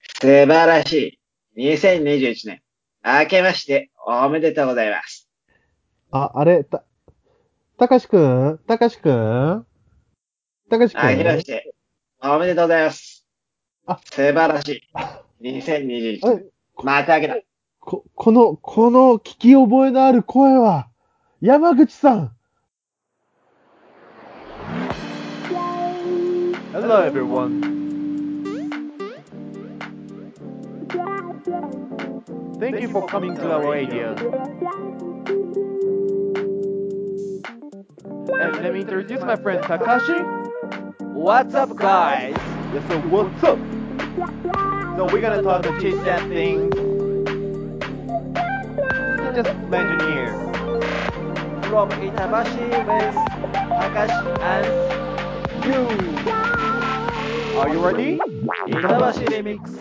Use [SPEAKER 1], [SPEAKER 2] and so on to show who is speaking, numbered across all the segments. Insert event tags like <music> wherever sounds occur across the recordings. [SPEAKER 1] 素晴らしい。2021年、明けましておめでとうございます。
[SPEAKER 2] あ、あれ、た、たかしくんたかしくんたかしくん
[SPEAKER 1] 明けましておめでとうございます。
[SPEAKER 2] あ
[SPEAKER 1] 素晴らしい。2021
[SPEAKER 2] あ
[SPEAKER 1] 年、
[SPEAKER 2] れ
[SPEAKER 1] また明けた。
[SPEAKER 2] こ、この、この聞き覚えのある声は、山口さん
[SPEAKER 3] Hello, everyone. Thank you for coming to our radio. And let me introduce my friend Takashi. What's up, guys? Yes, so what's up? So we're gonna talk and chit chat things. Just imagine here. From Itabashi with Takashi and you. Are you ready? Itabashi remix.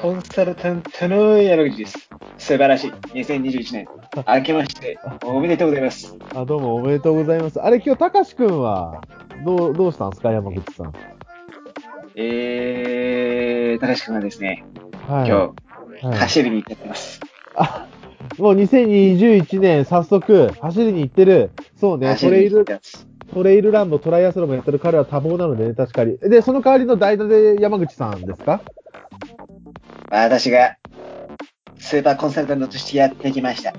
[SPEAKER 1] コンサルタントの山口です。素晴らしい。2021年、明けましておめでとうございます。
[SPEAKER 2] あ、どうもおめでとうございます。あれ、今日たかしくんは、どう、どうしたんですか山口さん。
[SPEAKER 1] えー、高橋くんはですね、今
[SPEAKER 2] は日、は
[SPEAKER 1] 日、
[SPEAKER 2] い
[SPEAKER 1] 走りに行っちゃってます。
[SPEAKER 2] あ、もう2021年早速走りに行ってる。そうね、
[SPEAKER 1] 走
[SPEAKER 2] ト
[SPEAKER 1] りに
[SPEAKER 2] レイ
[SPEAKER 1] 行っ
[SPEAKER 2] ル
[SPEAKER 1] て、ます。
[SPEAKER 2] トレイルランド、トライアスロンもやってる彼は多忙なのでね、確かに。で、その代わりの代打で山口さんですか
[SPEAKER 1] 私が、スーパーコンサルタントとしてやってきました。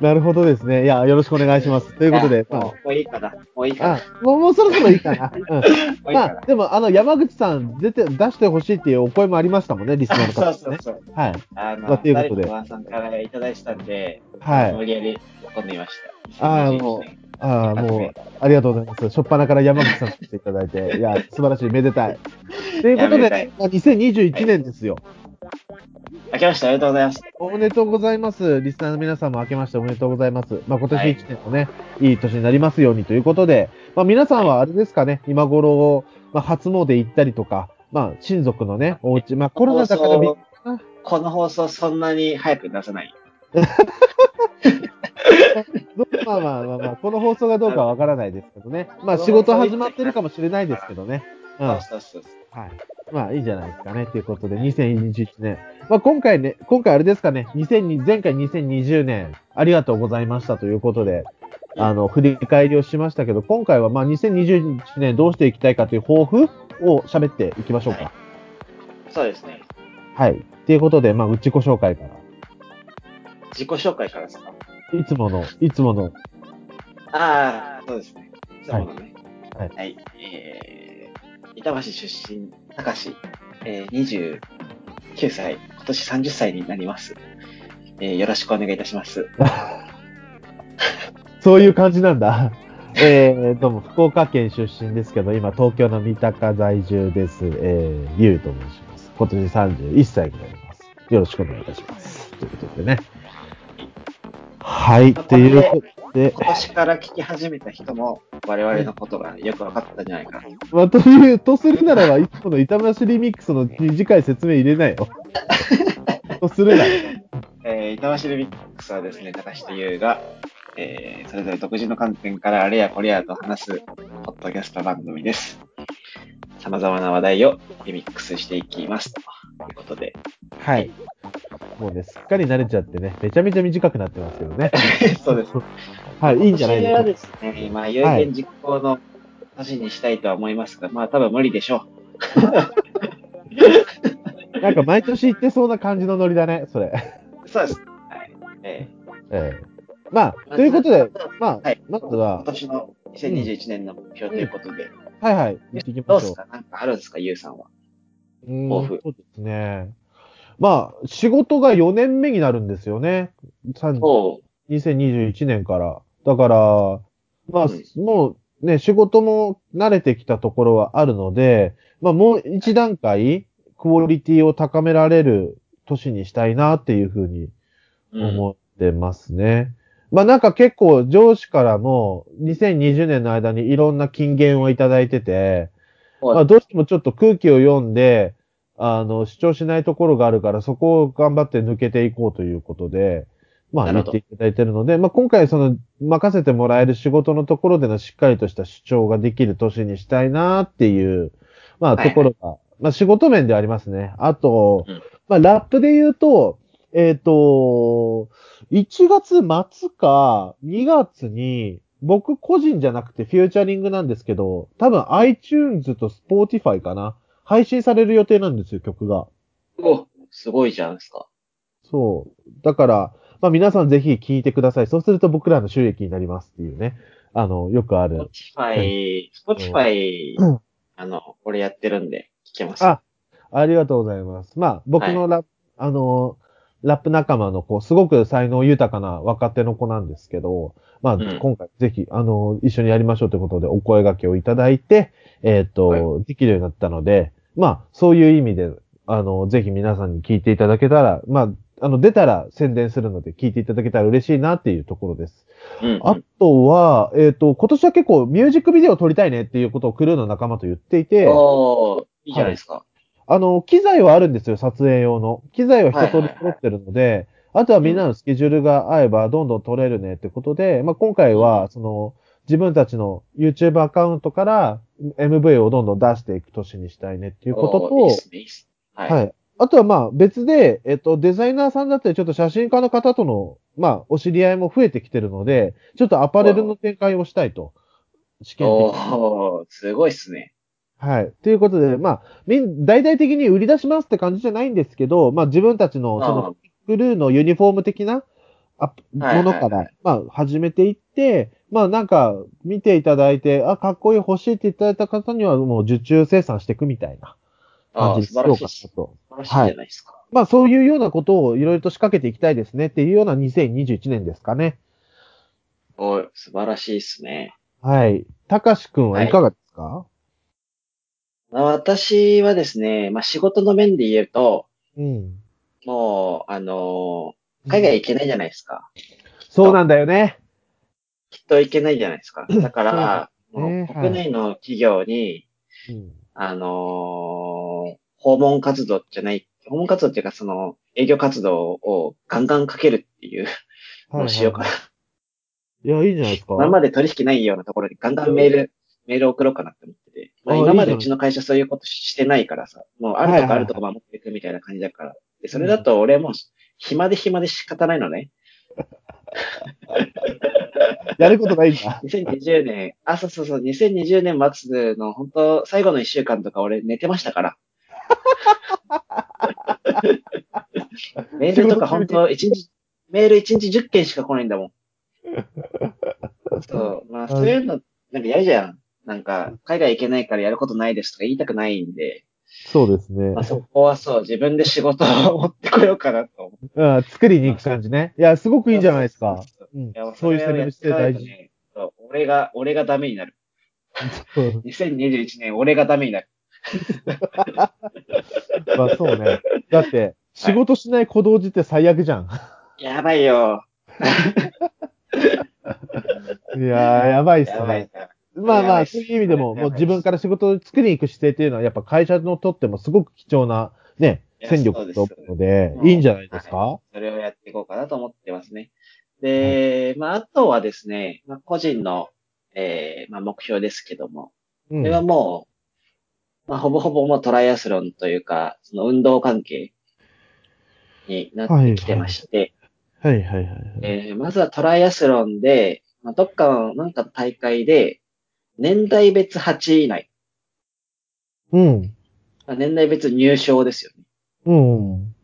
[SPEAKER 2] なるほどですね。いや、よろしくお願いします。と
[SPEAKER 1] と
[SPEAKER 2] いうことで、ま
[SPEAKER 1] もうもういいかな。もういいかな。
[SPEAKER 2] あ、あもう、もうそろそろいいか
[SPEAKER 1] <laughs>
[SPEAKER 2] な。うん。
[SPEAKER 1] もういい
[SPEAKER 2] ま
[SPEAKER 1] か
[SPEAKER 2] あ、でも、あの、山口さん、出て、出してほしいっていうお声もありましたもんね、リスナー
[SPEAKER 1] な。
[SPEAKER 2] の方、
[SPEAKER 1] そう
[SPEAKER 2] ね。
[SPEAKER 1] そうそう。
[SPEAKER 2] はい。
[SPEAKER 1] あの、
[SPEAKER 2] まあということで
[SPEAKER 1] 誰かのファンさんからいただいてたんで、
[SPEAKER 2] はい。
[SPEAKER 1] 無理やり込んでみました。
[SPEAKER 2] ああもうああ、もう、ありがとうございます。初っ端から山口さんとしていただいて、いや、素晴らしい、めでたい。ということ
[SPEAKER 1] めで
[SPEAKER 2] で、
[SPEAKER 1] たい
[SPEAKER 2] まあ、2021年ですよ。
[SPEAKER 1] う。明けましておめでとうございます。
[SPEAKER 2] おめでとうございます。リスナーの皆さんも明けましておめでとうございます。まあ、今年1年もね、い、い年になりますようにということで、まあ、皆さんはあれですかね、今頃、まあ、初詣行ったりとか、まあ、親族のね、お家、まあ、コロナだからび
[SPEAKER 1] 放送この放送そんなに早く出さない。
[SPEAKER 2] どまあまあまあまあ、この放送がどうかはわからないですけどね。まあ仕事始まってるかもしれないですけどね。うん。は
[SPEAKER 1] そうそうそうそう。
[SPEAKER 2] い。まあいいんじゃないですかね。ということで、2021年。まあ今回ね、今回あれですかね、2002前回2020年、ありがとうございましたということで、あの、振り返りをしましたけど、今回はまあ2021年どうしていきたいかという抱負を喋っていきましょうか。
[SPEAKER 1] そうですね。
[SPEAKER 2] はい。ということで、まあ、うちこ紹介から。
[SPEAKER 1] 自己紹介からですか
[SPEAKER 2] いつもの、いつもの、
[SPEAKER 1] ああ、そうですね。そうだね。
[SPEAKER 2] はい
[SPEAKER 1] はい。えー、板橋出身、高志、えー、29歳、今年30歳になります。えー、よろしくお願いいたします。
[SPEAKER 2] そういう感じなんだ。 <laughs> えー、どうも、福岡県出身ですけど、今、東京の三鷹在住です。えー、ゆうと申します。今年31歳になります。よろしくお願いいたします。ということでね。はい、ということで、
[SPEAKER 1] 今年から聞き始めた人も、我々のことがよく分かったんじゃないかなと。
[SPEAKER 2] まあ、という、とするならば、いつもの板橋リミックスの短い説明入れな
[SPEAKER 1] <laughs>
[SPEAKER 2] いよ。とするなら
[SPEAKER 1] えー、板橋ルビックスはですね、高志と優が、えー、それぞれ独自の観点からあれやこれやと話す、ポッドキャスト番組です。様々な話題をリミックスしていきます。ということ
[SPEAKER 2] <laughs>
[SPEAKER 1] で、
[SPEAKER 2] はい。もうね、すっかり慣れちゃってね、めちゃめちゃ短くなってますけどね。
[SPEAKER 1] そうです。
[SPEAKER 2] <laughs> はい、いいんじゃない
[SPEAKER 1] で
[SPEAKER 2] ですす
[SPEAKER 1] か。
[SPEAKER 2] か。
[SPEAKER 1] ですね、まあ、有言実行の年にしたいとは思いますが、まあ、多分無理でしょ <laughs>
[SPEAKER 2] なんか毎年言ってそうな感じのノリだね、それ。 <laughs>
[SPEAKER 1] う。そうです。はい。え
[SPEAKER 2] ええま
[SPEAKER 1] ー
[SPEAKER 2] あ、ということで、、まあ、
[SPEAKER 1] はい
[SPEAKER 2] まず
[SPEAKER 1] 今
[SPEAKER 2] は、
[SPEAKER 1] 年の2021年の目標ということで、
[SPEAKER 2] はいはい、行っていき
[SPEAKER 1] ど
[SPEAKER 2] ま
[SPEAKER 1] う
[SPEAKER 2] し
[SPEAKER 1] で
[SPEAKER 2] ょ
[SPEAKER 1] すかなんかあるんですか、ゆうさんは。
[SPEAKER 2] う。うん
[SPEAKER 1] 抱負
[SPEAKER 2] そうですね。まあ、仕事が4年目になるんですよね。30
[SPEAKER 1] おう。
[SPEAKER 2] 2021年から。だから、まあ、
[SPEAKER 1] うん
[SPEAKER 2] もうね、仕事も慣れてきたところはあるので、まあ、もう一段階、クオリティを高められる年にしたいなっていうふうに思ってますね。まあなんか結構上司からも2020年の間にいろんな金言をいただいてて、
[SPEAKER 1] うん
[SPEAKER 2] まあ、どうしてもちょっと空気を読んで、あの、主張しないところがあるから、そこを頑張って抜けていこうということで、ま
[SPEAKER 1] な
[SPEAKER 2] あ
[SPEAKER 1] る
[SPEAKER 2] 言っ
[SPEAKER 1] ほど
[SPEAKER 2] ていただいてるので、まあ今回その任せてもらえる仕事のところでのしっかりとした主張ができる年にしたいなっていう、まあ
[SPEAKER 1] はい
[SPEAKER 2] ところが、まあ仕事面ではありますね。あと、
[SPEAKER 1] うん
[SPEAKER 2] まあラップで言うと、えっ、と、1月末か2月に、僕個人じゃなくてフューチャリングなんですけど、多分 iTunes と Spotify かな配信される予定なんですよ、曲が。
[SPEAKER 1] お、すごいじゃないですか。
[SPEAKER 2] そう。だから、まあ皆さんぜひ聴いてください。そうすると僕らの収益になりますっていうね。あの、よくある。
[SPEAKER 1] Spotify、Spotify
[SPEAKER 2] うん、
[SPEAKER 1] あの、これやってるんで、聞けます。
[SPEAKER 2] あ、ありがとうございます。まあ、僕のラ、あの、ラップ仲間の子、すごく才能豊かな若手の子なんですけど、まあ、
[SPEAKER 1] うん
[SPEAKER 2] 今回ぜひ、あの、一緒にやりましょうということでお声掛けをいただいて、えっ、と、
[SPEAKER 1] はい
[SPEAKER 2] できるようになったので、まあ、そういう意味で、あの、ぜひ皆さんに聞いていただけたら、まあ、あの、出たら宣伝するので聞いていただけたら嬉しいなっていうところです。
[SPEAKER 1] うん。
[SPEAKER 2] あとは、えっ、と、今年は結構ミュージックビデオを撮りたいねっていうことをクルーの仲間と言っていて、
[SPEAKER 1] おー、いいじゃないですか。
[SPEAKER 2] あの、機材はあるんですよ、撮影用の。機材は一通り揃ってるので、あとはみんなのスケジュールが合えばどんどん撮れるねってことで、まあ、今回は、その、自分たちの YouTube アカウントから MV をどんどん出していく年にしたいねっていうこと
[SPEAKER 1] おーいいっ
[SPEAKER 2] と、
[SPEAKER 1] すね、いいっすね。
[SPEAKER 2] は
[SPEAKER 1] はい。
[SPEAKER 2] い。あとはまあ別で、えっと、デザイナーさんだったり、ちょっと写真家の方との、まあ、お知り合いも増えてきてるので、ちょっとアパレルの展開をしたいと。試験的に
[SPEAKER 1] おー、すごいっすね。
[SPEAKER 2] はい。ということで、まあ、みん、大々的に売り出しますって感じじゃないんですけど、まあ自分たちの、その、ブルーのユニフォーム的な、あ、
[SPEAKER 1] はい
[SPEAKER 2] もの
[SPEAKER 1] は
[SPEAKER 2] か
[SPEAKER 1] いは
[SPEAKER 2] ら、まあ始めていって、まあなんか、見ていただいて、あ、かっこいい欲しいっていただいた方には、もう受注生産していくみたいな
[SPEAKER 1] あ
[SPEAKER 2] 感
[SPEAKER 1] ー
[SPEAKER 2] じ
[SPEAKER 1] 素晴
[SPEAKER 2] に
[SPEAKER 1] ら
[SPEAKER 2] しよう
[SPEAKER 1] しいっす。
[SPEAKER 2] かなと。
[SPEAKER 1] 素晴らしいじゃないですか。
[SPEAKER 2] まあそういうようなことをいろいろと仕掛けていきたいですねっていうような2021年ですかね。
[SPEAKER 1] おー、素晴らしいっすね。
[SPEAKER 2] はい。たかしくんはいかがですか、
[SPEAKER 1] まあ私はですね、まあ、仕事の面で言えると、
[SPEAKER 2] うん。
[SPEAKER 1] もう、あのー海外行けないじゃないですか。
[SPEAKER 2] そうなんだよね。
[SPEAKER 1] きっと行けないじゃない
[SPEAKER 2] <laughs>
[SPEAKER 1] ですか。だから、
[SPEAKER 2] そうですね
[SPEAKER 1] もう
[SPEAKER 2] はい
[SPEAKER 1] 国内の企業に、
[SPEAKER 2] うん。
[SPEAKER 1] あのー訪問活動じゃない、訪問活動っていうか、その、営業活動をガンガンかけるっていう
[SPEAKER 2] はい
[SPEAKER 1] のをしようかな。
[SPEAKER 2] いや、いいじゃないですか。
[SPEAKER 1] 今まで取引ないようなところにガンガンメール、メール送ろうかなって思ってて。まあ、
[SPEAKER 2] あ
[SPEAKER 1] 今まで
[SPEAKER 2] いいうじ
[SPEAKER 1] ち
[SPEAKER 2] ゃ
[SPEAKER 1] の会社そういうことしてないからさ、もうあると
[SPEAKER 2] はいは
[SPEAKER 1] か
[SPEAKER 2] い
[SPEAKER 1] あるとか守っていくみたいな感じだから。で、それだと俺もう暇で暇で仕方ないのね。 <laughs>
[SPEAKER 2] やることないんだ。
[SPEAKER 1] 2020年、あ、そうそうそう、2020年末の本当最後の1週間とか俺寝てました
[SPEAKER 2] <laughs>
[SPEAKER 1] から。メールとか本当一日、メール1日10件しか来ないんだもん。そう、まあそういうの、なんか嫌じゃん。なんか、海外行けないからやることないですとか言いたくないんで、
[SPEAKER 2] そうですね
[SPEAKER 1] まあ、そこはそう、自分で仕事を持ってこようかなと思って。
[SPEAKER 2] うん、作りに行く感じね。いや、すごくいいんじゃないですか。うん
[SPEAKER 1] いや、も
[SPEAKER 2] そういう戦略姿勢大
[SPEAKER 1] それをやっていかないと
[SPEAKER 2] 事。
[SPEAKER 1] ねそう俺が、俺がダメになる。
[SPEAKER 2] うん
[SPEAKER 1] 2021年、俺がダメになる。
[SPEAKER 2] まあ <laughs> そうね。
[SPEAKER 1] <laughs>
[SPEAKER 2] だって、仕事しない小動児って最悪じゃん。
[SPEAKER 1] やばいよ。
[SPEAKER 2] いやー、やばいっす
[SPEAKER 1] やばい
[SPEAKER 2] ね。
[SPEAKER 1] な。
[SPEAKER 2] ま
[SPEAKER 1] や
[SPEAKER 2] あま
[SPEAKER 1] ばい
[SPEAKER 2] あ、
[SPEAKER 1] っす
[SPEAKER 2] そういう意味でも、
[SPEAKER 1] やばい
[SPEAKER 2] も
[SPEAKER 1] っ
[SPEAKER 2] う
[SPEAKER 1] す
[SPEAKER 2] 自分から仕事を作りに行く姿勢っていうのは、やっぱ会社のとってもすごく貴重な、ね、
[SPEAKER 1] いや
[SPEAKER 2] 戦力だと思うので
[SPEAKER 1] そう、です
[SPEAKER 2] いいんじゃないですか
[SPEAKER 1] それをやっていこうかなと思ってますね。で、まあ、あとはですね、まあ、個人の、えーまあ、目標ですけども、
[SPEAKER 2] う
[SPEAKER 1] こ
[SPEAKER 2] ん
[SPEAKER 1] れ。はもう、まあ、ほぼほぼもうトライアスロンというか、その運動関係になってきてまして、
[SPEAKER 2] はいはいはい。
[SPEAKER 1] えーまずはトライアスロンで、まあ、どっかの、なんかの大会で、年代別8位以内、
[SPEAKER 2] うん。
[SPEAKER 1] まあ年代別入賞ですよね。
[SPEAKER 2] うん。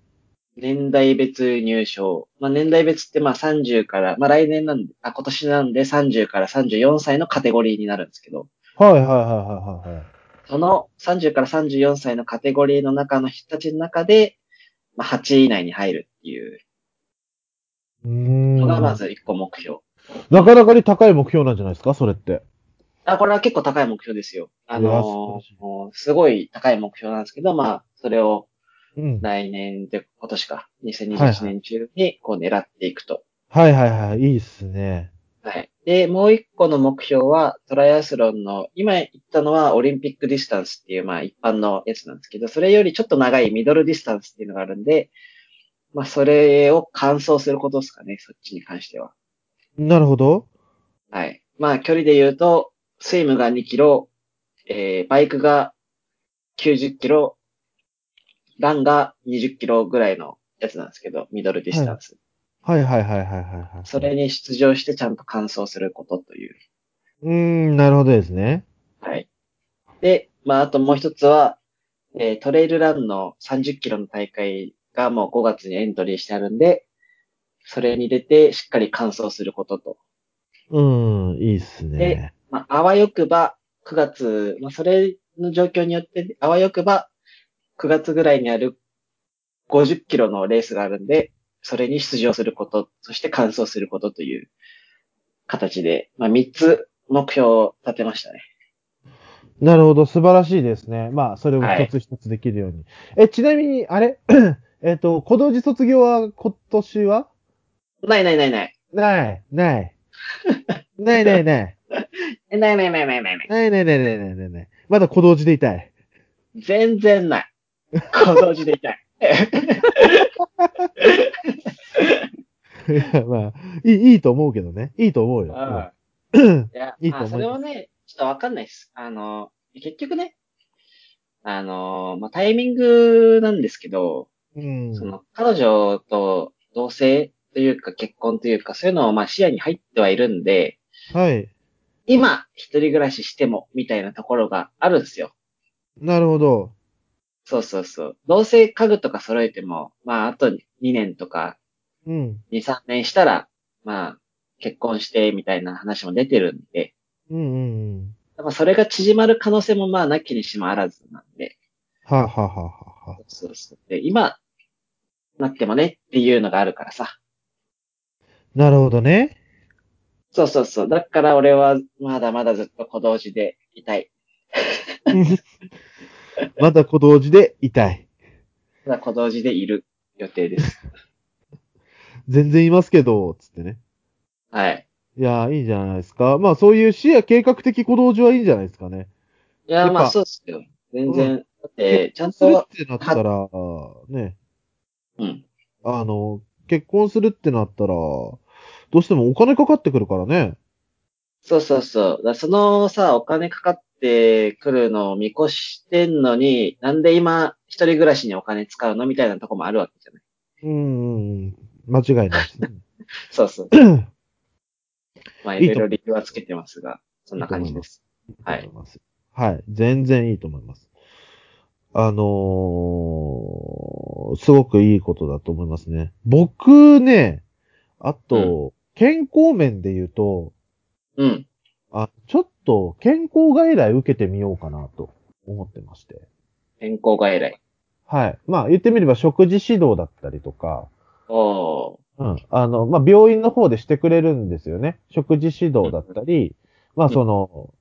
[SPEAKER 1] 年代別入賞。まあ、年代別ってまあ30から、まあ、来年なんで、あ、今年なんで30から34歳のカテゴリーになるんですけど、
[SPEAKER 2] はいはいはいはいはいはい。
[SPEAKER 1] その30から34歳のカテゴリーの中の人たちの中で、まあ、8位以内に入るっていう
[SPEAKER 2] うーん。
[SPEAKER 1] のがま
[SPEAKER 2] な
[SPEAKER 1] ず1個目標。
[SPEAKER 2] かなかに高い目標なんじゃないですかそれって。
[SPEAKER 1] あ、これは結構高い目標ですよ。あ
[SPEAKER 2] うわ
[SPEAKER 1] の
[SPEAKER 2] 素
[SPEAKER 1] ーもうすごい高い目標なんですけど、まあ、それを
[SPEAKER 2] うん。
[SPEAKER 1] 来年で、今年か、
[SPEAKER 2] はい
[SPEAKER 1] 2021
[SPEAKER 2] は
[SPEAKER 1] 年中にこう狙っていくと。
[SPEAKER 2] はいはいはい。いいっすね。
[SPEAKER 1] はい。で、もう一個の目標は、トライアスロンの、今言ったのはオリンピックディスタンスっていう、まあ一般のやつなんですけど、それよりちょっと長いミドルディスタンスっていうのがあるんで、まあそれを完走することですかね、そっちに関しては。
[SPEAKER 2] なるほど。
[SPEAKER 1] はい。まあ距離で言うと、スイムが2キロ、えー、バイクが90キロ、ランが20キロぐらいのやつなんですけど、ミドルディスタンス。
[SPEAKER 2] はいはいはいはいはいはい。
[SPEAKER 1] それ。に出場してちゃんと完走することという。
[SPEAKER 2] うーん、なるほどですね。
[SPEAKER 1] はい。で、まあ、あともう一つは、えートレイルランの30キロの大会がもう5月にエントリーしてあるんで、それに出てしっかり完走することと。
[SPEAKER 2] うーん、いいっすね。
[SPEAKER 1] まあ、あわよくば、9月、まあ、それの状況によって、あわよくば、9月ぐらいにある50キロのレースがあるんで、それに出場すること、そして完走することという形で、まあ、3つ目標を立てましたね。
[SPEAKER 2] なるほど、素晴らしいですね。まあ、それを一つ一つできるように。え、ちなみに、あれ <coughs> えっと、小道寺卒業は今年は
[SPEAKER 1] ないないないない。
[SPEAKER 2] ない、ない。ないないない。
[SPEAKER 1] えないないないないないない。
[SPEAKER 2] ないないないないないないない。まだ小道寺でいたい。 <laughs>
[SPEAKER 1] 全然ない。小同時でいたい。
[SPEAKER 2] いやまあ、いい、いいと思うけどね。いいと思うよ。
[SPEAKER 1] うんいや、
[SPEAKER 2] いいと
[SPEAKER 1] まあ、
[SPEAKER 2] 思います
[SPEAKER 1] それはね、ちょっとわかんないです。あの、結局ね、あの、まあ、タイミングなんですけど、
[SPEAKER 2] うん。
[SPEAKER 1] その、彼女と同棲というか結婚というか、そういうのをまあ視野に入ってはいるんで、
[SPEAKER 2] はい。
[SPEAKER 1] 今、一人暮らししても、みたいなところがあるんですよ。
[SPEAKER 2] なるほど。
[SPEAKER 1] そうそうそう。同棲家具とか揃えても、まあ、あと2年とか、
[SPEAKER 2] うん。
[SPEAKER 1] 2、3年したら、まあ、結婚して、みたいな話も出てるんで、
[SPEAKER 2] うんうんうん。
[SPEAKER 1] まあ、それが縮まる可能性もまあ、なきにしもあらずなんで、
[SPEAKER 2] ははははは。
[SPEAKER 1] そうそう。で、今、なってもねっていうのがあるからさ。
[SPEAKER 2] なるほどね。
[SPEAKER 1] そうそうそう。だから俺はまだまだずっと小同時でいたい。
[SPEAKER 2] まだ小道寺でいたい。
[SPEAKER 1] ただ小同時でいる予定です。
[SPEAKER 2] 全然いますけど、つってね。
[SPEAKER 1] はい。
[SPEAKER 2] いやー、いいじゃないですか。まあ、そういう視野計画的小道寺はいいんじゃないですかね。
[SPEAKER 1] いや、
[SPEAKER 2] やっぱ
[SPEAKER 1] まあそうっすよ。全然。
[SPEAKER 2] うん
[SPEAKER 1] だって、ちゃん
[SPEAKER 2] するっ
[SPEAKER 1] と、
[SPEAKER 2] てなったら、ね、
[SPEAKER 1] うん。
[SPEAKER 2] あの、結婚するってなったら、どうしてもお金かかってくるからね。
[SPEAKER 1] そうそうそう。だからそのさ、お金かかってくるのを見越してんのに、なんで今、一人暮らしにお金使うのみたいなとこもあるわけじゃない。
[SPEAKER 2] うーん、間違いないですね。
[SPEAKER 1] そう
[SPEAKER 2] <clears throat>
[SPEAKER 1] そう。まあ、
[SPEAKER 2] いい
[SPEAKER 1] い
[SPEAKER 2] と
[SPEAKER 1] ろいろ理由はつけてますが、そんな感じです。はい
[SPEAKER 2] いと思います。はい。全然いいと思います。あのーすごくいいことだと思いますね。僕ね、あと、健康面で言うと、
[SPEAKER 1] うん。
[SPEAKER 2] あ、ちょっと健康外来受けてみようかなと思ってまして。
[SPEAKER 1] 健康外来。
[SPEAKER 2] はい。まあ、言ってみれば食事指導だったりとか、
[SPEAKER 1] おー。
[SPEAKER 2] うん。あの、まあ、病院の方でしてくれるんですよね。食事指導だったり、まあ、その、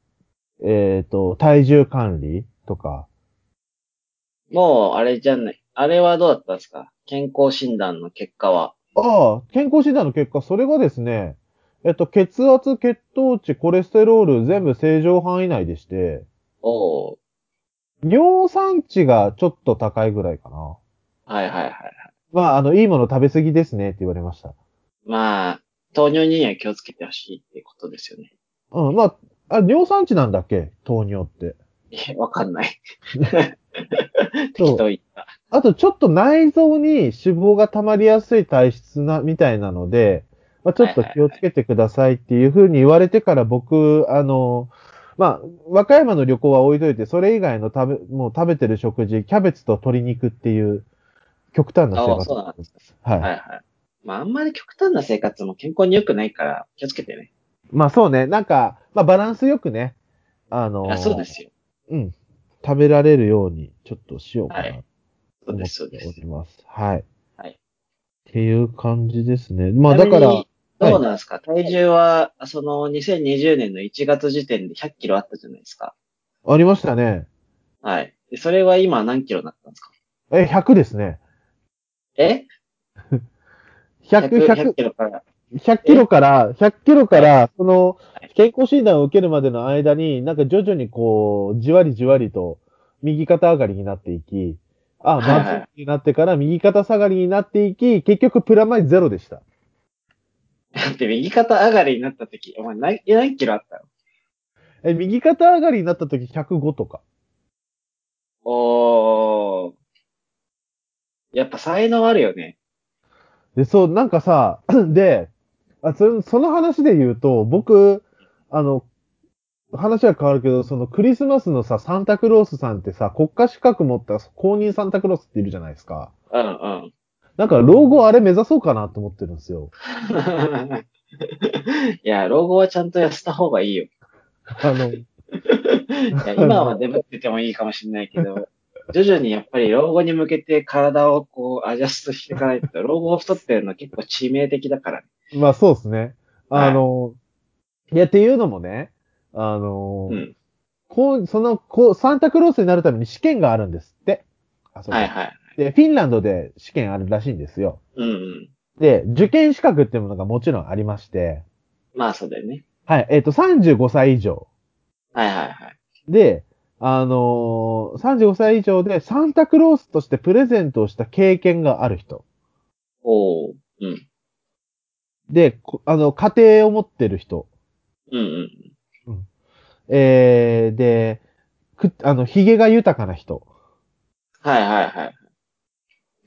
[SPEAKER 2] えっ、と、体重管理とか、
[SPEAKER 1] もう、あれじゃない。あれはどうだったんですか健康診断の結果は。
[SPEAKER 2] ああ、健康診断の結果、それがですね、えっと、血圧、血糖値、コレステロール、全部正常範囲内でして、
[SPEAKER 1] おお
[SPEAKER 2] 尿酸値がちょっと高いぐらいかな。
[SPEAKER 1] はいはいはい。
[SPEAKER 2] まあ、あの、いいもの食べ過ぎですねって言われました。
[SPEAKER 1] まあ、糖尿には気をつけてほしいってことですよね。
[SPEAKER 2] うん、まあ、あ、尿酸値なんだっけ糖尿って。
[SPEAKER 1] え、わかんない。
[SPEAKER 2] そう
[SPEAKER 1] 適当言った。
[SPEAKER 2] あと、ちょっと内臓に脂肪が溜まりやすい体質な、みたいなので、まあ、ちょっと気をつけてくださいっていうふうに言われてから僕、あの、まあ、和歌山の旅行は置いといて、それ以外の食べ、もう食べてる食事、キャベツと鶏肉っていう極端な生
[SPEAKER 1] あ
[SPEAKER 2] 活。
[SPEAKER 1] そうなん
[SPEAKER 2] です。はい。
[SPEAKER 1] はいはい。まあ、あんまり極端な生活も健康に良くないから、気をつけてね。
[SPEAKER 2] まあそうね、なんか、まあバランスよくね、あの、
[SPEAKER 1] あそうですよ。
[SPEAKER 2] うん、食べられるようにちょっとしようか
[SPEAKER 1] は
[SPEAKER 2] ないと
[SPEAKER 1] そう
[SPEAKER 2] 思
[SPEAKER 1] で
[SPEAKER 2] っ
[SPEAKER 1] す、そうで
[SPEAKER 2] てお
[SPEAKER 1] す
[SPEAKER 2] り。ます。はい。
[SPEAKER 1] はい
[SPEAKER 2] っていう感じですね。まあだか
[SPEAKER 1] ちな
[SPEAKER 2] ら、
[SPEAKER 1] みにどうなんですか、体重は、その2020年の1月時点で100キロあったじゃないですか。
[SPEAKER 2] ありましたね。
[SPEAKER 1] はい。でそれは今何キロになったんですか
[SPEAKER 2] え、100ですね。
[SPEAKER 1] え100
[SPEAKER 2] 100、100、
[SPEAKER 1] キロから。
[SPEAKER 2] 100キロから、100キロか
[SPEAKER 1] は
[SPEAKER 2] ら、その
[SPEAKER 1] はい、
[SPEAKER 2] 健康診断を受けるまでの間に、なんか徐々にこう、じわりじわりと、右肩上がりになっていき、あ、
[SPEAKER 1] はいはい
[SPEAKER 2] まずいになってから右肩下がりになっていき、結局プラマイゼロでした。
[SPEAKER 1] だって右肩上がりになった時、お前何何キロあったの
[SPEAKER 2] え、右肩上がりになった時105とか。
[SPEAKER 1] おー。やっぱ才能あるよね。
[SPEAKER 2] で、そう、なんかさ、 <clears throat> で、あそその話で言うと、僕、あの、話は変わるけど、そのクリスマスのさ、サンタクロースさんってさ、国家資格持った公認サンタクロースっているじゃないですか。
[SPEAKER 1] うんうん。 <laughs>
[SPEAKER 2] なんか老後あれ目指そうかなと思ってるんですよ。
[SPEAKER 1] いや、老後はちゃんとやせた方がいいよ。
[SPEAKER 2] あの、
[SPEAKER 1] いや今はデブっててもいいかもしれないけど、徐々にやっぱり老後に向けて体をこうアジャストしていかないと、老後太ってるの結構致命的だからね。
[SPEAKER 2] まあそうですね。あの、い、やっていうのもね、あの、
[SPEAKER 1] うん。
[SPEAKER 2] こう、その、こう、サンタクロースになるために試験があるんですって。あ、そうか
[SPEAKER 1] はいはい。
[SPEAKER 2] で、フィンランドで試験あるらしいんですよ。
[SPEAKER 1] うんうん。
[SPEAKER 2] で、受験資格っていうものがもちろんありまして、
[SPEAKER 1] まあそうだよね。
[SPEAKER 2] はい、えっ、と、35歳以上。
[SPEAKER 1] はいはいはい。
[SPEAKER 2] で、あのー35歳以上でサンタクロースとしてプレゼントをした経験がある人。
[SPEAKER 1] おー。うん。
[SPEAKER 2] で、こあの、家庭を持ってる人。
[SPEAKER 1] うんうん。
[SPEAKER 2] えー、で、く、あの、髭が豊かな人。
[SPEAKER 1] はいはいはい。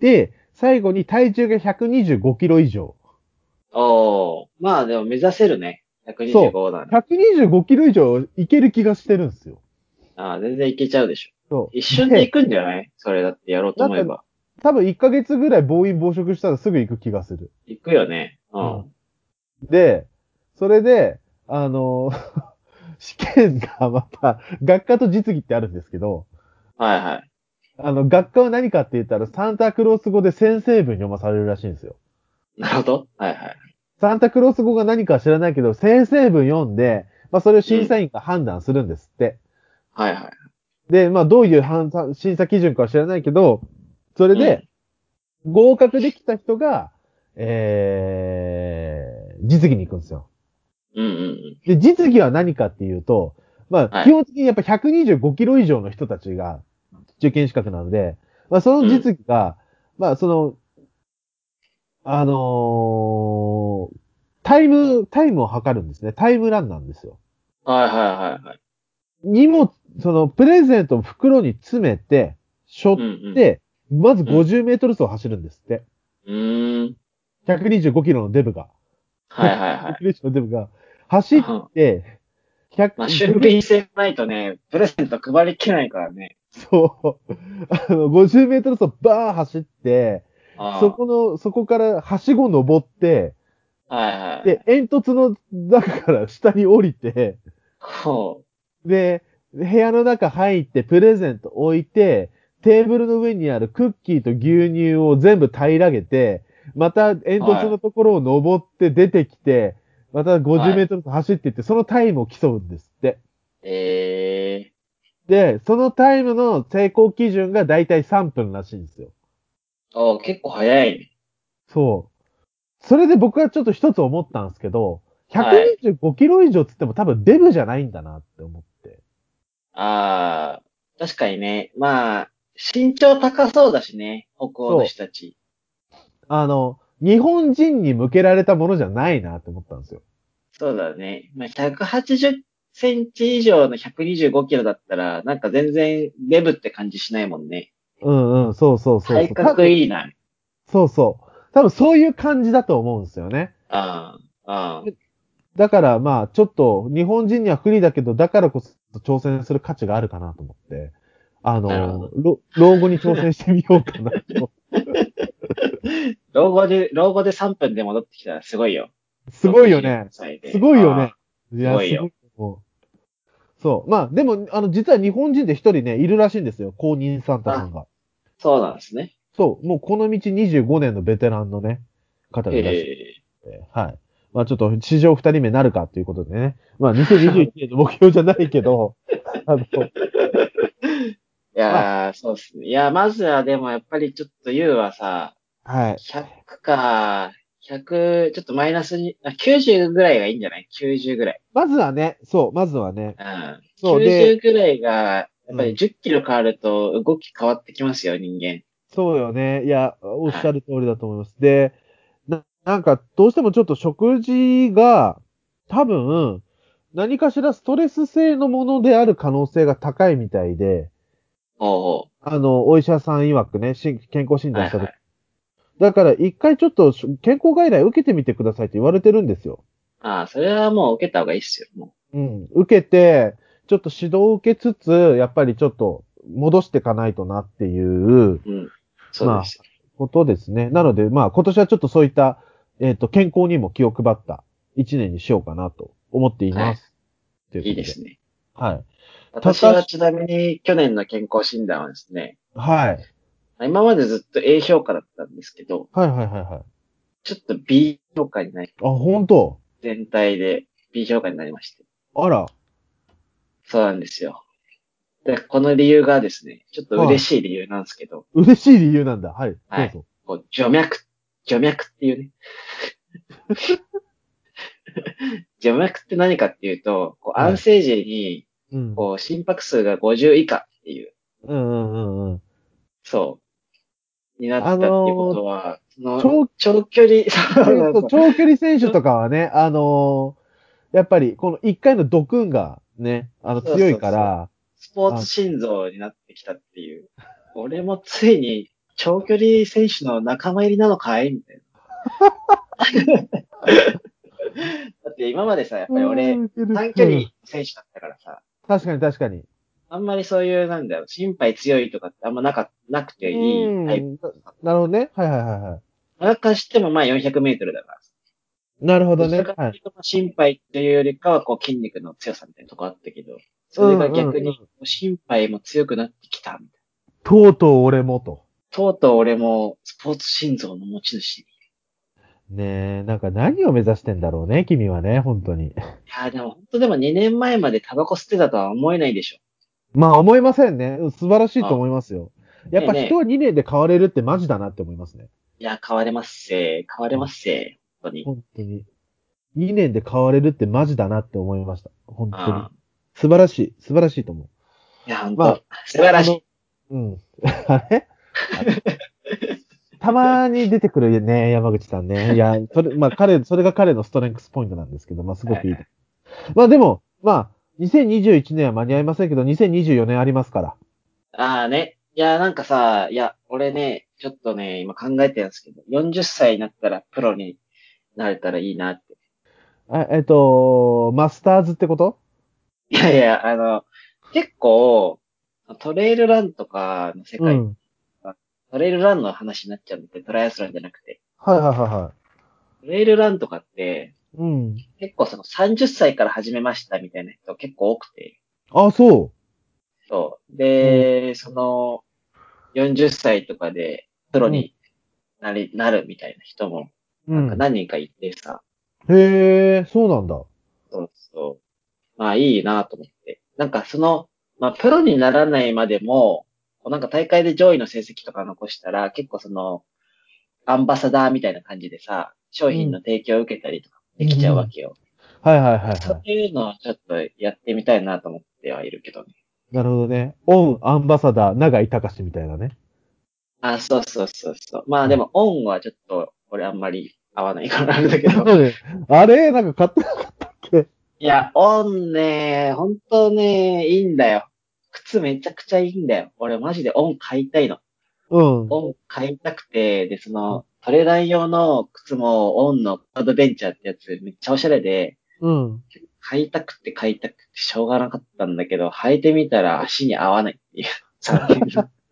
[SPEAKER 2] で、最後に体重が125キロ以上。
[SPEAKER 1] おー。まあでも目指せるね。125なんで。
[SPEAKER 2] 125キロ以上いける気がしてるんですよ。
[SPEAKER 1] ああ、全然いけちゃうでしょ。
[SPEAKER 2] そう。
[SPEAKER 1] 一瞬で行くんじゃないそれだってやろうと思えば。
[SPEAKER 2] 多分1ヶ月ぐらい暴飲暴食したらすぐ行く気がする。
[SPEAKER 1] 行くよね。う
[SPEAKER 2] うん
[SPEAKER 1] ん。
[SPEAKER 2] で、それで、あの <laughs> 試験がまた、学科と実技ってあるんですけど、
[SPEAKER 1] はいはい。
[SPEAKER 2] あの、学科は何かって言ったら、サンタクロース語で先生文読まされるらしいんですよ。
[SPEAKER 1] なるほど。はいはい。
[SPEAKER 2] サンタクロース語が何かは知らないけど、先生文読んで、まあ、それを審査員が判断するんですって。
[SPEAKER 1] はいはい。
[SPEAKER 2] で、まあ、どういう判断審査基準かは知らないけど、それ
[SPEAKER 1] う
[SPEAKER 2] で
[SPEAKER 1] ん、
[SPEAKER 2] 合格できた人が、えー、実技に行くんですよ。
[SPEAKER 1] うんうんうん。
[SPEAKER 2] で、実技は何かっていうと、ま
[SPEAKER 1] は
[SPEAKER 2] あ、
[SPEAKER 1] い
[SPEAKER 2] 基本的にやっぱ125キロ以上の人たちが受験資格なので、まあ、その実技が、まあ、その、あのータイム、タイムを測るんですね。タイムランなんですよ。
[SPEAKER 1] はいはいはいはい。
[SPEAKER 2] 荷物、その、プレゼントを袋に詰めて、しょっ
[SPEAKER 1] うんうん。
[SPEAKER 2] て、まず50メートル走を走るんですって。
[SPEAKER 1] うーん。
[SPEAKER 2] 125キロのデブが。
[SPEAKER 1] はいはいはい。
[SPEAKER 2] 125キロのデブが、走って、100、
[SPEAKER 1] まあ、俊敏性がないとね、プレゼント配りきれないからね。
[SPEAKER 2] そう。あの、50メートル走バーン走って、
[SPEAKER 1] ああ
[SPEAKER 2] そこの、そこからはしご登って、
[SPEAKER 1] はいはい。
[SPEAKER 2] で、煙突の中から下に降りて、
[SPEAKER 1] こ
[SPEAKER 2] で、部屋の中入ってプレゼント置いて、テーブルの上にあるクッキーと牛乳を全部平らげて、また煙突のところを登って出てきて、また50メートル走っていって、そのタイムを競うんですって。
[SPEAKER 1] う。ええ
[SPEAKER 2] で、そのタイムの成功基準がだいたい3分らしいんですよ。
[SPEAKER 1] ー。お結構早いね。
[SPEAKER 2] そう。それで僕はちょっと一つ思ったんですけど、
[SPEAKER 1] はい
[SPEAKER 2] 125キロ以上っつっても多分デブじゃないんだなって思って。
[SPEAKER 1] ああ、確かにね。まあ、身長高そうだしね。北欧の人たち。
[SPEAKER 2] あの、日本人に向けられたものじゃないなって思ったんですよ。
[SPEAKER 1] そうだね。まあ、180センチ以上の125キロだったら、なんか全然デブって感じしないもんね。
[SPEAKER 2] うんうん、そうそうそうそう。
[SPEAKER 1] 体格
[SPEAKER 2] い。
[SPEAKER 1] いいな。
[SPEAKER 2] そうそう。多分そういう感じだと思うんですよね。
[SPEAKER 1] ああ、ああ。
[SPEAKER 2] だからまあ、ちょっと日本人には不利だけど、だからこそ挑戦する価値があるかなと思って。あ
[SPEAKER 1] なるほ
[SPEAKER 2] の、ろ老後に挑戦してみようかな
[SPEAKER 1] <laughs>
[SPEAKER 2] と。
[SPEAKER 1] 老後で、老後で3分で戻ってきたらすごいよ。
[SPEAKER 2] すごいよね。すごいよね。。い
[SPEAKER 1] すごいよ
[SPEAKER 2] ごいそう。まあ、でも、あの、実は日本人で一人ね、いるらしいんですよ。公認サンタさんが。
[SPEAKER 1] そうなんですね。
[SPEAKER 2] そう。もうこの道25年のベテランのね、方がいらっしゃっ
[SPEAKER 1] え
[SPEAKER 2] て、はい。まあちょっと、史上二人目なるかということでね。まあ、2021年の目標じゃないけど、あの、
[SPEAKER 1] えいやー、そうっすね。いやー、まずはでもやっぱりちょっと U はさ、
[SPEAKER 2] <laughs> はい。
[SPEAKER 1] 100か、100、ちょっとマイナスに、あ90ぐらいがいいんじゃない ?90 ぐらい。
[SPEAKER 2] まずはね、そう、まずはね。
[SPEAKER 1] うん。
[SPEAKER 2] そうで
[SPEAKER 1] 90ぐらいが、やっぱ
[SPEAKER 2] う
[SPEAKER 1] り
[SPEAKER 2] ん
[SPEAKER 1] 10キロ変わると動き変わってきますよ、人間。
[SPEAKER 2] そうよね。いや、おっしゃる通りだと思います。で、ななんか、どうしてもちょっと食事が、多分、何かしらストレス性のものである可能性が高いみたいで、
[SPEAKER 1] ほうほ
[SPEAKER 2] あの、お医者さん曰くね、し健康診断した時に、だから一回ちょっとし健康外来受けてみてくださいって言われてるんですよ。
[SPEAKER 1] ああ、それはもう受けた方がいいっすよ。も
[SPEAKER 2] うん。受けて、ちょっと指導を受けつつ、やっぱりちょっと戻していかないとなっていう
[SPEAKER 1] う。うん。そうです。
[SPEAKER 2] ことですね。なので、まあ今年はちょっとそういった、えっ、と、健康にも気を配った一年にしようかなと思っています。とうこと
[SPEAKER 1] いいです。ね。
[SPEAKER 2] はい。
[SPEAKER 1] 私はちなみに去年の健康診断はですね、
[SPEAKER 2] はい。
[SPEAKER 1] 今までずっと A 評価だったんですけど、
[SPEAKER 2] はいはいはいはい。あ、
[SPEAKER 1] ちょっと B 評価になり、
[SPEAKER 2] 本当
[SPEAKER 1] 全体で B 評価になりまして。
[SPEAKER 2] あら。
[SPEAKER 1] そうなんですよ。で、この理由がですね、ちょっと嬉しい理由なんですけど、
[SPEAKER 2] 嬉しい理由なんだ。はい。
[SPEAKER 1] はい
[SPEAKER 2] どうぞ。
[SPEAKER 1] こう除脈、除脈っていうね。 <laughs> 除脈って何かっていうと、こう
[SPEAKER 2] はい
[SPEAKER 1] 安静時に
[SPEAKER 2] うん。
[SPEAKER 1] こう心拍数が50以下っていう、
[SPEAKER 2] うんうんうん
[SPEAKER 1] <laughs>
[SPEAKER 2] うん。
[SPEAKER 1] そう、になったっていうことは、その
[SPEAKER 2] 長
[SPEAKER 1] 長距離、
[SPEAKER 2] そうそう長距離選手とかはね、あのーやっぱりこの一回のドクンがね、あの
[SPEAKER 1] そうそうそう
[SPEAKER 2] 強いから、
[SPEAKER 1] スポーツ心臓になってきたっていう。俺もついに長距離選手の仲間入りなのかいみたいな。だって今までさ、やっぱり俺、短距離選手だったからさ、
[SPEAKER 2] 確かに確かに。
[SPEAKER 1] あんまりそういう、なんだろう、心肺強いとかってあんまなか、なくていいタイプ。
[SPEAKER 2] なるほどね。はいはいはいはい。
[SPEAKER 1] なんかしてもまあ400メートルだから。
[SPEAKER 2] なるほ
[SPEAKER 1] ど
[SPEAKER 2] ど
[SPEAKER 1] ち
[SPEAKER 2] ね
[SPEAKER 1] ら。か
[SPEAKER 2] は
[SPEAKER 1] と
[SPEAKER 2] い
[SPEAKER 1] い。うと心肺っていうよりかは、こう筋肉の強さみたいなとこあったけど、それが逆
[SPEAKER 2] うんうん
[SPEAKER 1] にこう心肺も強くなってきたみたいな。
[SPEAKER 2] とうとう俺もと。
[SPEAKER 1] とうとう俺もスポーツ心臓の持ち主。い
[SPEAKER 2] ねえ、なんか何を目指してんだろうね、君はね、本当に。
[SPEAKER 1] やーでも本当でも2年前までタバコ吸ってたとは思えないでしょ。
[SPEAKER 2] <laughs> まあ思いませんね。うん素晴らしいと思いますよ。やっぱ
[SPEAKER 1] ねえねえ
[SPEAKER 2] 人は2年で変われるってマジだなって思いますね。
[SPEAKER 1] いやー変われますせ変われますせ本当に。
[SPEAKER 2] 本当に。2年で変われるってマジだなって思いました。本当に
[SPEAKER 1] あ。
[SPEAKER 2] 素晴らしい。素晴らしいと思う。
[SPEAKER 1] ーいやー、本当、
[SPEAKER 2] まあ
[SPEAKER 1] 素晴らしい。
[SPEAKER 2] あの。うん。あれあれたまに出てくるよね、山口さんね。いや、それ、まあ彼、それが彼のストレンクスポイントなんですけど、まあすごくいい。まあでも、まあ、2021年は間に合いませんけど、2024年ありますから。
[SPEAKER 1] ああね。いやーなんかさ、いや、俺ね、ちょっとね、今考えてるんですけど、40歳になったらプロになれたらいいなって。
[SPEAKER 2] あえっと、マスターズってこと
[SPEAKER 1] いやいや、あの、結構、トレイルランとかの世界、
[SPEAKER 2] うん。
[SPEAKER 1] トレイルランの話になっちゃうんで、トライアスロンじゃなくて。
[SPEAKER 2] はいはいはいは
[SPEAKER 1] トレイルランとかって、
[SPEAKER 2] い。うん。
[SPEAKER 1] 結構その30歳から始めましたみたいな人結構多くて、
[SPEAKER 2] あ、そ
[SPEAKER 1] そう。で、その、40歳とかでプロになり、なるみたいな人も、
[SPEAKER 2] う。う
[SPEAKER 1] なんか
[SPEAKER 2] ん。
[SPEAKER 1] 何人かいてさ、
[SPEAKER 2] へえ、そうなんだ。
[SPEAKER 1] そうそう。まあいいなと思って。なんかその、まあプロにならないまでも、こうなんか大会で上位の成績とか残したら、結構その、アンバサダーみたいな感じでさ、商品の提供を受けたりとかできちゃうわけよ。
[SPEAKER 2] はいはいはい、
[SPEAKER 1] そう
[SPEAKER 2] は
[SPEAKER 1] いうのをちょっとやってみたいなと思ってはいるけどね。
[SPEAKER 2] い。なるほどね。オン、アンバサダー、長井隆みたいなね。
[SPEAKER 1] あ、そうそうそうそう。まあでも、オンはちょっと、俺あんまり合わないからあれだけど。
[SPEAKER 2] あれなんか勝手なかったっけ
[SPEAKER 1] いや、オンね、ほんとね、いいんだよ。靴めちゃくちゃいいんだよ。俺マジでオン買いたいの。
[SPEAKER 2] うん。
[SPEAKER 1] オン買いたくて、で、その、トレラン用の靴もオンのアドベンチャーってやつめっちゃおしゃれで、
[SPEAKER 2] うん。
[SPEAKER 1] 買いたくて買いたくてしょうがなかったんだけど、履いてみたら足に合わないっていう。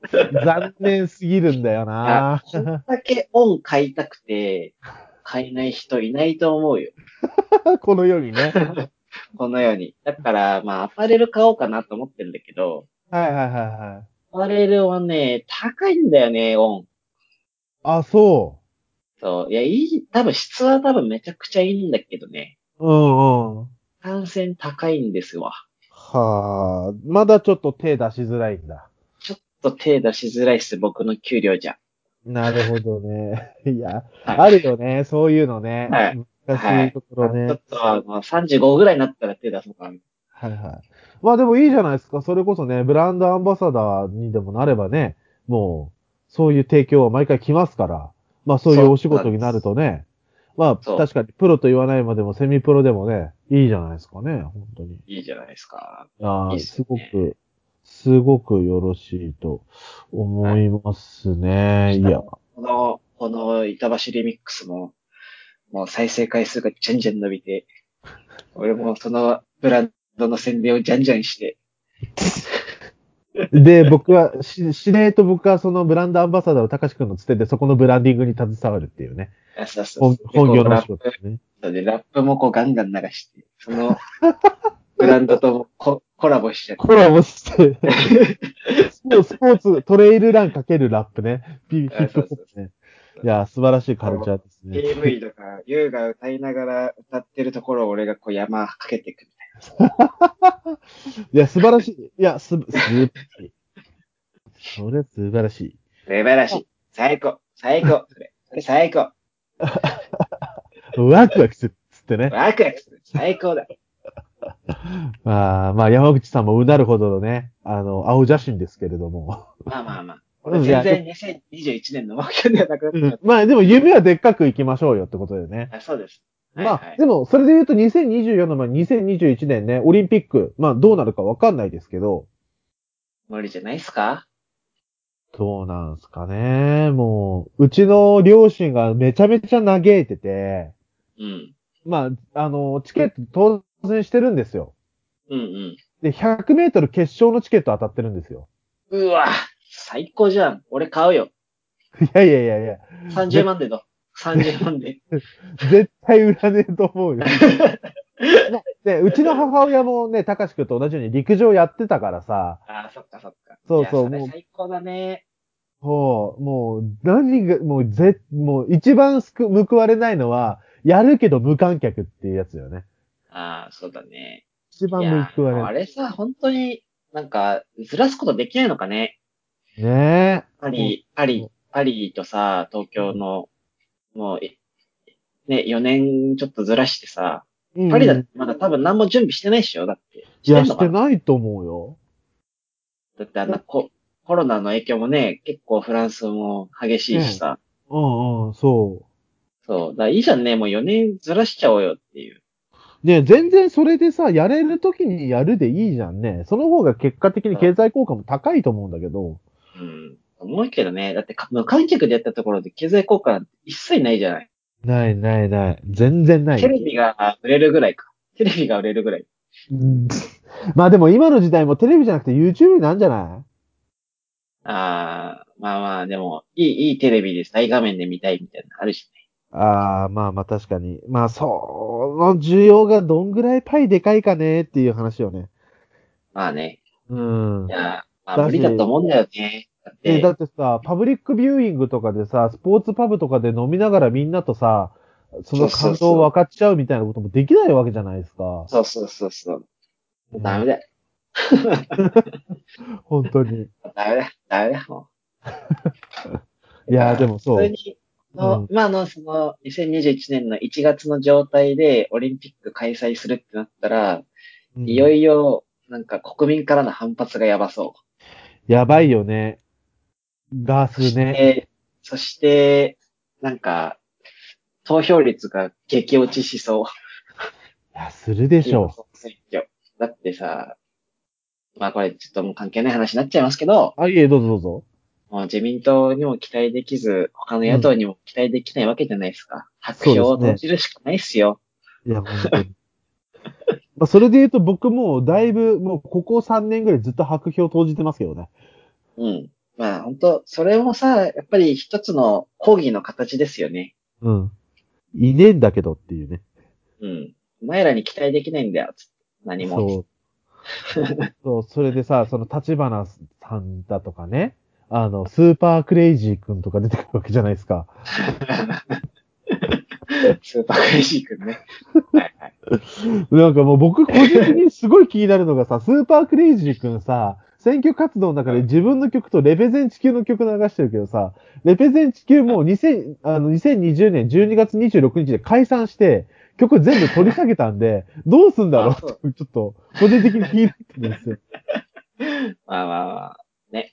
[SPEAKER 2] 残念すぎるんだよな。
[SPEAKER 1] こんだけオン買いたくて、買えない人いないと思うよ。
[SPEAKER 2] <laughs> この世にね。
[SPEAKER 1] このように。だから、まあ、アパレル買おうかなと思ってるんだけど、
[SPEAKER 2] はいはいはいはい。
[SPEAKER 1] アパレルはね、高いんだよね、オン。
[SPEAKER 2] あ、そ
[SPEAKER 1] そう。いや、いい、多分質は多分めちゃくちゃいいんだけどね。
[SPEAKER 2] う。うんうん。
[SPEAKER 1] 感染高いんですわ。
[SPEAKER 2] はあ、まだちょっと手出しづらいんだ。
[SPEAKER 1] ちょっと手出しづらいっす、僕の給料じゃ。
[SPEAKER 2] なるほどね。いや、
[SPEAKER 1] はい
[SPEAKER 2] あるよね、そういうのね。
[SPEAKER 1] はい
[SPEAKER 2] 難しいところね。
[SPEAKER 1] ちょっと、あの、35ぐらいになったら手出そうかな。
[SPEAKER 2] はいはい。まあでもいいじゃないですか。それこそね、ブランドアンバサダーにでもなればね、もう、そういう提供は毎回来ますから、まあそういうお仕事になるとね、まあ
[SPEAKER 1] そう
[SPEAKER 2] 確かにプロと言わないまでもセミプロでもね、いいじゃないですかね、本当に。
[SPEAKER 1] いいじゃないですか。
[SPEAKER 2] あ
[SPEAKER 1] いい
[SPEAKER 2] あ、
[SPEAKER 1] っす
[SPEAKER 2] す
[SPEAKER 1] ね
[SPEAKER 2] ごく、すごくよろしいと思いますね。いや、
[SPEAKER 1] この、ここの板橋リミックスも、もう再生回数がじゃんじゃん伸びて、俺もそのブランドの宣伝をじゃんじゃんして、
[SPEAKER 2] で、僕は、し司令と僕はそのブランドアンバサダーを高志くんのつてで、そこのブランディングに携わるっていうね。
[SPEAKER 1] あそうそう
[SPEAKER 2] 本
[SPEAKER 1] そう
[SPEAKER 2] 本業のお
[SPEAKER 1] ラ
[SPEAKER 2] 仕
[SPEAKER 1] ッ
[SPEAKER 2] 事ですね。
[SPEAKER 1] プで、ラップもこうガンガン流して、その <laughs> ブランドともココラボしちゃって、
[SPEAKER 2] コラボして、スポーツ、トレイルランかけるラップね。ピヒ
[SPEAKER 1] あ
[SPEAKER 2] ップホップね。いや、素晴らしいカルチャーですね。
[SPEAKER 1] AV とか、ユウが歌いながら歌ってるところを俺がこう山かけていくみたい
[SPEAKER 2] いや、素晴らしい。いや、す、す、それ素晴らしい。
[SPEAKER 1] な。素晴らしい。最高。最高。それ。それ最高。
[SPEAKER 2] ワクワクするっつってね。
[SPEAKER 1] ワクワクする。最高だ。
[SPEAKER 2] まあ、まあ、山口さんもうなるほどのね、あの、青写真ですけれども。
[SPEAKER 1] まあまあまあ。
[SPEAKER 2] うんいや
[SPEAKER 1] 全然2021年の目標ではなくなっちゃっ
[SPEAKER 2] まあ、でも夢はでっかく行きましょうよってことだよね。
[SPEAKER 1] た。あそうです。はい
[SPEAKER 2] ま
[SPEAKER 1] は
[SPEAKER 2] あ、
[SPEAKER 1] い
[SPEAKER 2] でも、それで言うと2024の前、2021年ね、オリンピック、まあ、どうなるかわかんないですけど、
[SPEAKER 1] 無理じゃないっすか
[SPEAKER 2] どうなんすかね。もう、うちの両親がめちゃめちゃ嘆いてて、
[SPEAKER 1] うん。
[SPEAKER 2] まあ、あの、チケット当選してるんですよ。
[SPEAKER 1] うんうん。
[SPEAKER 2] で、100メートル決勝のチケット当たってるんですよ。
[SPEAKER 1] うわ最高じゃん。俺買うよ。
[SPEAKER 2] いやいやいやいや、
[SPEAKER 1] 30万でど。30万で。
[SPEAKER 2] 絶対売らねえと思うよ。まあで、うちの母親もね、高志くんと同じように陸上やってたからさ、
[SPEAKER 1] あーそっかそっか。
[SPEAKER 2] そうそう
[SPEAKER 1] いや
[SPEAKER 2] も
[SPEAKER 1] そうれ最高だね。
[SPEAKER 2] そう、もう、何が、もう、ぜ、もう、一番すく、報われないのは、やるけど無観客っていうやつよね。
[SPEAKER 1] ああ、そうだね。
[SPEAKER 2] 一
[SPEAKER 1] い
[SPEAKER 2] 番
[SPEAKER 1] や
[SPEAKER 2] 報われ
[SPEAKER 1] あ
[SPEAKER 2] ない。
[SPEAKER 1] れさ、本当に、なんか、ずらすことできないのかね。
[SPEAKER 2] ね
[SPEAKER 1] パリ、パリ、パリとさ、東京の、もう、えね、4年ちょっとずらしてさ、
[SPEAKER 2] え。うん
[SPEAKER 1] パリだってまだ多分何も準備してないっしょだって。
[SPEAKER 2] い
[SPEAKER 1] して
[SPEAKER 2] や、
[SPEAKER 1] んの
[SPEAKER 2] し
[SPEAKER 1] か
[SPEAKER 2] て
[SPEAKER 1] な
[SPEAKER 2] ないと思うよ。
[SPEAKER 1] だってあんなココロナの影響もね、結構フランスも激しいしさ。
[SPEAKER 2] うんうん、そ
[SPEAKER 1] そう。だからいいじゃんね、もう4年ずらしちゃおうよっていう。
[SPEAKER 2] う。ね全然それでさ、やれる時にやるでいいじゃんね。その方が結果的に経済効果も高いと思うんだけど。
[SPEAKER 1] うん。思うけどね、だってか無観客でやったところで経済効果なんて一切ないじゃない。
[SPEAKER 2] ないないない。全然ない
[SPEAKER 1] テ。レビが売れるぐらいか。テレビが売れるぐらい。
[SPEAKER 2] うんまあでも今の時代もテレビじゃなくて YouTube なんじゃない
[SPEAKER 1] ああ、まあまあ、でも、いい、いいテレビで大画面で見たいみたいなのあるしね。
[SPEAKER 2] ああ、まあまあ確かに。まあその需要がどんぐらいパイでかいかねっていう話よね。
[SPEAKER 1] まあね。
[SPEAKER 2] うん
[SPEAKER 1] い。や、ま
[SPEAKER 2] だ
[SPEAKER 1] あ無
[SPEAKER 2] し
[SPEAKER 1] 理だと思うんだよね。だっ
[SPEAKER 2] え、
[SPEAKER 1] て、
[SPEAKER 2] だってさ、パブリックビューイングとかでさ、スポーツパブとかで飲みながらみんなとさ、その感動を分かっちゃうみたいなこともできないわけじゃないですか。
[SPEAKER 1] そうそうそうそう。
[SPEAKER 2] うん
[SPEAKER 1] ダメだよ。
[SPEAKER 2] 本当に。
[SPEAKER 1] ダメだよ。ダメだよ。もう
[SPEAKER 2] いやーでもそ
[SPEAKER 1] 普通
[SPEAKER 2] う。
[SPEAKER 1] に、の
[SPEAKER 2] うん
[SPEAKER 1] 今のその、2021年の1月の状態でオリンピック開催するってなったら、いよいよ、なんか国民からの反発がやばそう。
[SPEAKER 2] やばいよね。ガースね。
[SPEAKER 1] で、そして、なんか、投票率が激落ちしそう。
[SPEAKER 2] いや、するでしょ
[SPEAKER 1] 選挙だってさ、まあこれちょっともう関係ない話になっちゃいますけど、
[SPEAKER 2] う。あ、いえ、どうぞどうぞ。
[SPEAKER 1] もう自民党にも期待できず、他の野党にも期待できないわけじゃないですか。白票を
[SPEAKER 2] そうですね
[SPEAKER 1] 投じるしかないっすよ。
[SPEAKER 2] いや、本 <laughs> 当に。まあ、それで言うと僕もだいぶ、もうここ3年ぐらいずっと白票投じてますけどね。
[SPEAKER 1] うん。まあ本当それもさ、やっぱり一つの抗議の形ですよね。
[SPEAKER 2] うん。いねえんだけどっていうね。
[SPEAKER 1] うん。お前らに期待できないんだよ、つって何も。
[SPEAKER 2] そう。
[SPEAKER 1] <laughs>
[SPEAKER 2] そう、それでさ、その立花さんだとかね、あの、スーパークレイジー君とか出てくるわけじゃないですか。
[SPEAKER 1] スーパークレイジー君ね。はいはい。
[SPEAKER 2] なんかもう僕個人的にすごい気になるのがさ、スーパークレイジー君さ、選挙活動の中で自分の曲とレペゼン地球の曲流してるけどさ、レペゼン地球
[SPEAKER 1] <laughs>
[SPEAKER 2] もう2000あの2020年12月26日で解散して、曲全部取り下げたんで、どうすんだろう
[SPEAKER 1] あそう
[SPEAKER 2] ってちょっと、個人的に気になってるんですよ。
[SPEAKER 1] まあまあまあ、ね。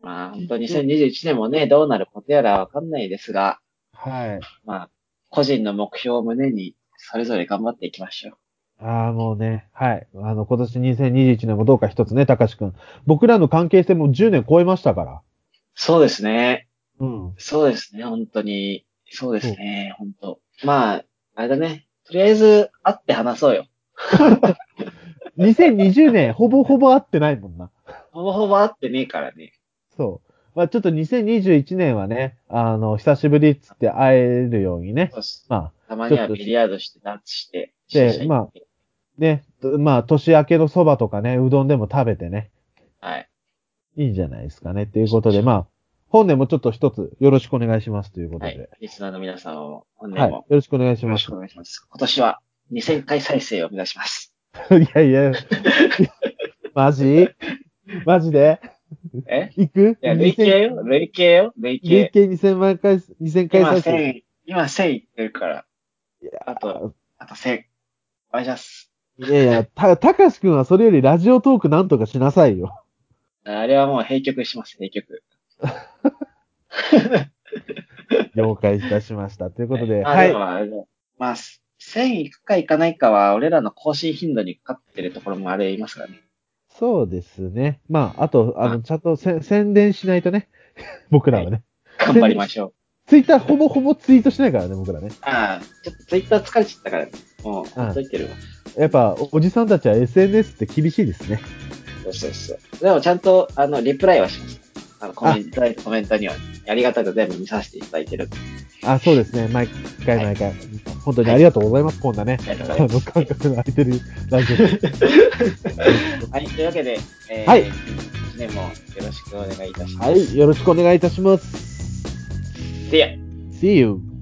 [SPEAKER 1] まあ本当2021年もね、どうなることやらわかんないですが、
[SPEAKER 2] はい。
[SPEAKER 1] まあ、個人の目標を胸に、それぞれ頑張っていきましょう。
[SPEAKER 2] ああ、もうね、はい。あの、今年2021年もどうか一つね、高志くん。僕らの関係性も10年超えましたから。
[SPEAKER 1] そうですね。
[SPEAKER 2] うん。
[SPEAKER 1] そうですね、本当に。そうですね、本当。まあ、あれだね。とりあえず、会って話そうよ。
[SPEAKER 2] 2020年、 <laughs> ほぼほぼ会ってないもんな。
[SPEAKER 1] ほぼほぼ会ってねえからね。
[SPEAKER 2] そう。まあちょっと2021年はね、あの、久しぶりっつって会えるようにね。
[SPEAKER 1] そうっす
[SPEAKER 2] まあ、
[SPEAKER 1] たまに
[SPEAKER 2] ちょ
[SPEAKER 1] は
[SPEAKER 2] っと
[SPEAKER 1] ビリヤードして、ダッチして、
[SPEAKER 2] で
[SPEAKER 1] シャシャ
[SPEAKER 2] ま
[SPEAKER 1] 行
[SPEAKER 2] あ
[SPEAKER 1] って
[SPEAKER 2] ね、まあ年明けのそばとかね、うどんでも食べてね、
[SPEAKER 1] はい。
[SPEAKER 2] いいんじゃないですかね。っていうことで、まあ、本年もちょっと一つよろしくお願いしますということ
[SPEAKER 1] は
[SPEAKER 2] で
[SPEAKER 1] い。。リスナーの皆さんも、本
[SPEAKER 2] はい。
[SPEAKER 1] 年
[SPEAKER 2] よ
[SPEAKER 1] も、
[SPEAKER 2] ろしくお願いし
[SPEAKER 1] よろ
[SPEAKER 2] ま
[SPEAKER 1] し
[SPEAKER 2] す
[SPEAKER 1] く。お願いします。今年は2000回再生を目指します。
[SPEAKER 2] いやいや。マジ <laughs> マジで
[SPEAKER 1] え
[SPEAKER 2] 行く
[SPEAKER 1] いや、累計よ、累計よ、累計。
[SPEAKER 2] 累計2000万回、2000回
[SPEAKER 1] 今
[SPEAKER 2] 再生。
[SPEAKER 1] 1000、今1000いってるから。あと、あと1000。お願いします。
[SPEAKER 2] いやいや、た、たかしくんはそれよりラジオトークなんとかしなさいよ。
[SPEAKER 1] あれはもう閉局します、閉局。
[SPEAKER 2] 了解いたしました。ということで、
[SPEAKER 1] まあ
[SPEAKER 2] はい
[SPEAKER 1] で。もあれだまあ、1000いくかいかないかは、俺らの更新頻度にかかってるところもあれいますからね。
[SPEAKER 2] そうですね。まあ、あと、あ
[SPEAKER 1] あ
[SPEAKER 2] の、ちゃんとせ宣伝しないとね。 <laughs> 僕らはね。
[SPEAKER 1] 頑張りましょう。
[SPEAKER 2] ツイッターほぼほぼツイートしてないからね、僕らね。
[SPEAKER 1] ああ、ちょっとツイッター疲れちゃったから、ね、もう、
[SPEAKER 2] うん
[SPEAKER 1] ほっといてるわ。
[SPEAKER 2] やっぱ、おじさんたちは SNS って厳しいですね。
[SPEAKER 1] そうそうそう。でもちゃんと、あの、リプライはしました。あの、コメント、いただいたコメントには、ありがたく全部見させていただいてる。
[SPEAKER 2] あ、そうですね。毎回毎回。本当にありがとうございます、こんなね。
[SPEAKER 1] ありがとうござ
[SPEAKER 2] あの、
[SPEAKER 1] います
[SPEAKER 2] 感覚の空いてるラジオで。
[SPEAKER 1] はい、というわけで、えー、
[SPEAKER 2] はい
[SPEAKER 1] 一年もよろしくお願いいたします。
[SPEAKER 2] はい、よろしくお願いいたします。
[SPEAKER 1] See ya!
[SPEAKER 2] See you!